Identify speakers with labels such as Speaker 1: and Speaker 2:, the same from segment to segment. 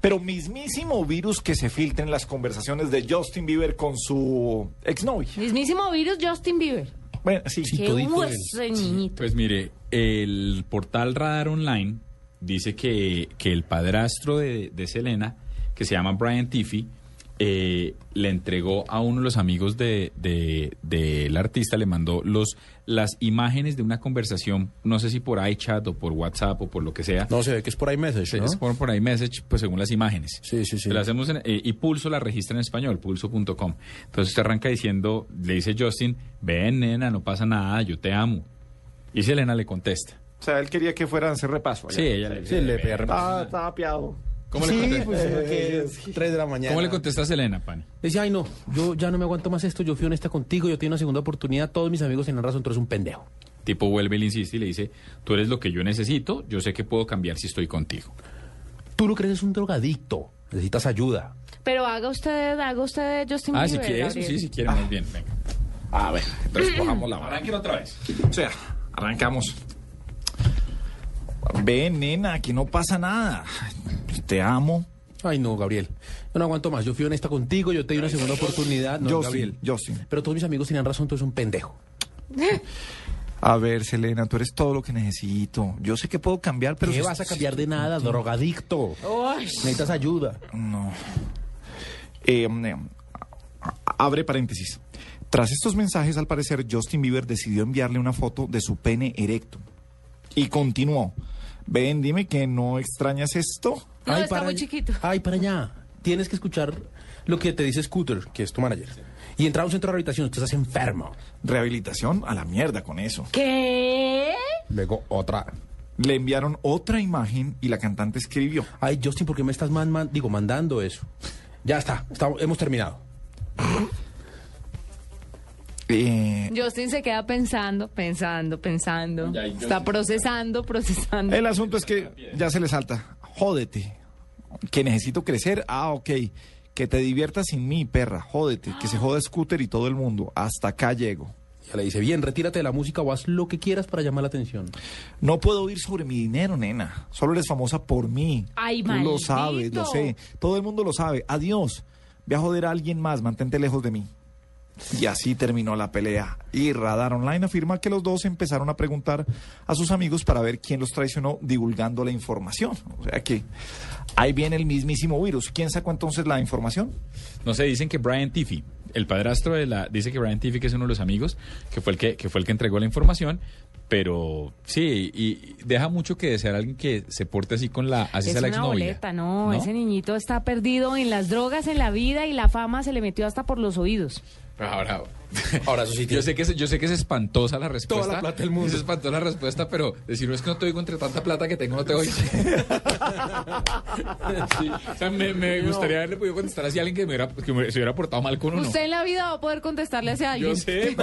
Speaker 1: Pero mismísimo virus que se filtra en las conversaciones de Justin Bieber con su exnovia.
Speaker 2: Mismísimo virus Justin Bieber.
Speaker 1: Bueno, sí.
Speaker 3: Sí. Y
Speaker 2: Qué
Speaker 3: todito él.
Speaker 2: hueso, niñito.
Speaker 4: Pues mire, el portal Radar Online dice que, que el padrastro de, de Selena, que se llama Brian Tiffy, eh, le entregó a uno de los amigos del de, del artista, le mandó los, las imágenes de una conversación, no sé si por iChat o por WhatsApp o por lo que sea.
Speaker 3: No, se ve que es por iMessage,
Speaker 4: Se
Speaker 3: ¿no?
Speaker 4: se ponen por ahí message, pues según las imágenes.
Speaker 3: Sí, sí, sí.
Speaker 4: Se la hacemos en- eh, y Pulso la registra en español, pulso.com. Entonces te arranca diciendo, le dice Justin, ven nena, no pasa nada, yo te amo. Y Selena le contesta.
Speaker 1: O sea, él quería que fueran a hacer repaso. allá.
Speaker 4: Sí, ella le
Speaker 3: Sí, le
Speaker 4: "Ven".
Speaker 3: perra.
Speaker 1: Ah, estaba apiado.
Speaker 4: ¿Cómo le
Speaker 3: Sí,
Speaker 4: contesta?
Speaker 3: pues
Speaker 5: Eh,
Speaker 3: que es 3 de la mañana.
Speaker 4: ¿Cómo le contesta Selena, Pani?
Speaker 5: Dice, ay no, yo ya no me aguanto más esto, yo fui honesta contigo, yo tengo una segunda oportunidad, todos mis amigos tienen razón, tú eres un pendejo.
Speaker 4: Tipo vuelve y le insiste y le dice, tú eres lo que yo necesito, yo sé que puedo cambiar si estoy contigo.
Speaker 5: Tú lo crees es un drogadicto, necesitas ayuda.
Speaker 2: Pero haga usted, haga usted Justin
Speaker 4: Ah,
Speaker 2: Bieber.
Speaker 4: si quieres,
Speaker 2: Gabriel.
Speaker 4: sí, si quieres, muy bien, venga. pues,
Speaker 1: A ver, recojamos
Speaker 3: Ah.
Speaker 1: la vara.
Speaker 4: Arranquen otra vez.
Speaker 1: Ah, O sea, arrancamos. Ven, nena, aquí no pasa nada. Te amo.
Speaker 5: Ay no, Gabriel, yo no aguanto más, yo fui honesta contigo, yo te di una segunda oportunidad, no,
Speaker 1: Justin,
Speaker 5: Gabriel.
Speaker 1: Justin.
Speaker 5: Pero todos mis amigos tienen razón, tú eres un pendejo.
Speaker 1: A ver, Selena, tú eres todo lo que necesito. Yo sé que puedo cambiar, pero...
Speaker 5: ¿Qué
Speaker 1: si-
Speaker 5: vas a cambiar de nada, drogadicto?
Speaker 2: Uy,
Speaker 5: Necesitas ayuda.
Speaker 1: No. Eh, eh, a- abre paréntesis. Tras estos mensajes, al parecer, Justin Bieber decidió enviarle una foto de su pene erecto. Y continuó. Ven, dime que no extrañas esto.
Speaker 2: No, está muy chiquito.
Speaker 5: Ay, para allá. Tienes que escuchar lo que te dice Scooter, que es tu manager. Y entrar a un centro de rehabilitación, tú estás enfermo.
Speaker 1: Rehabilitación a la mierda con eso.
Speaker 2: ¿Qué?
Speaker 5: Luego otra.
Speaker 1: Le enviaron otra imagen y la cantante escribió.
Speaker 5: Ay, Justin, ¿por qué me estás man- man- digo, mandando eso? Ya está, está- hemos terminado.
Speaker 1: Eh,
Speaker 2: Justin se queda pensando, pensando, pensando.
Speaker 4: Ya, y
Speaker 2: Está
Speaker 4: Justin-
Speaker 2: procesando, procesando.
Speaker 1: el asunto es que ya se le salta. Jódete. Que necesito crecer. Ah, ok. Que te diviertas sin mí, perra. Jódete. Que se joda Scooter y todo el mundo. Hasta acá llego.
Speaker 5: Ya le dice, bien, retírate de la música o haz lo que quieras para llamar la atención.
Speaker 1: No puedo oír sobre mi dinero, nena. Solo eres famosa por mí.
Speaker 2: Ay,
Speaker 1: Tú lo
Speaker 2: maldito.
Speaker 1: sabes, lo sé. Todo el mundo lo sabe. Adiós. Ve a joder a alguien más. Mantente lejos de mí. Y así terminó la pelea. Y Radar Online afirma que los dos empezaron a preguntar a sus amigos para ver quién los traicionó divulgando la información. O sea que ahí viene el mismísimo virus. ¿Quién sacó entonces la información?
Speaker 4: No sé, dicen que Brian Tiffy, el padrastro de la, dice que Brian Tiffy que es uno de los amigos, que fue el que, que fue el que entregó la información, pero sí, y y deja mucho que desear alguien que se porte así con la, así
Speaker 2: Es
Speaker 4: sea la
Speaker 2: una
Speaker 4: exnovia.
Speaker 2: boleta, no, Ese niñito está perdido en las drogas, en la vida y la fama se le metió hasta por los oídos.
Speaker 4: Ahora,
Speaker 5: Ahora, eso sí tiene-
Speaker 4: yo sé que es, yo sé que es espantosa la respuesta.
Speaker 5: la plata del mundo.
Speaker 4: Es espantosa la respuesta, pero decir no es que no te oigo entre tanta plata que tengo, no te oigo. Sí, o sea, me, me gustaría haberle podido contestar así a alguien que, me hubiera, que me- se hubiera portado mal con uno.
Speaker 2: Usted en la vida va a poder contestarle hacia
Speaker 4: Yo
Speaker 2: alguien.
Speaker 4: sé.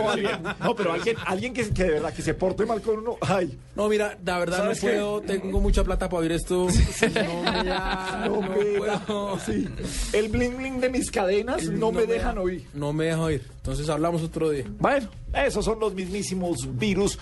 Speaker 1: No, pero alguien, alguien que, que de verdad que se porte mal con uno. Ay,
Speaker 5: No, mira, la verdad no
Speaker 1: ¿Sabes qué?
Speaker 5: puedo, tengo mucha plata para oír esto. No, mira, no puedo.
Speaker 1: el bling bling de mis cadenas no, me dejan oír.
Speaker 5: No me dejan oír. Entonces hablamos otro día.
Speaker 1: Bueno, esos son los mismísimos virus.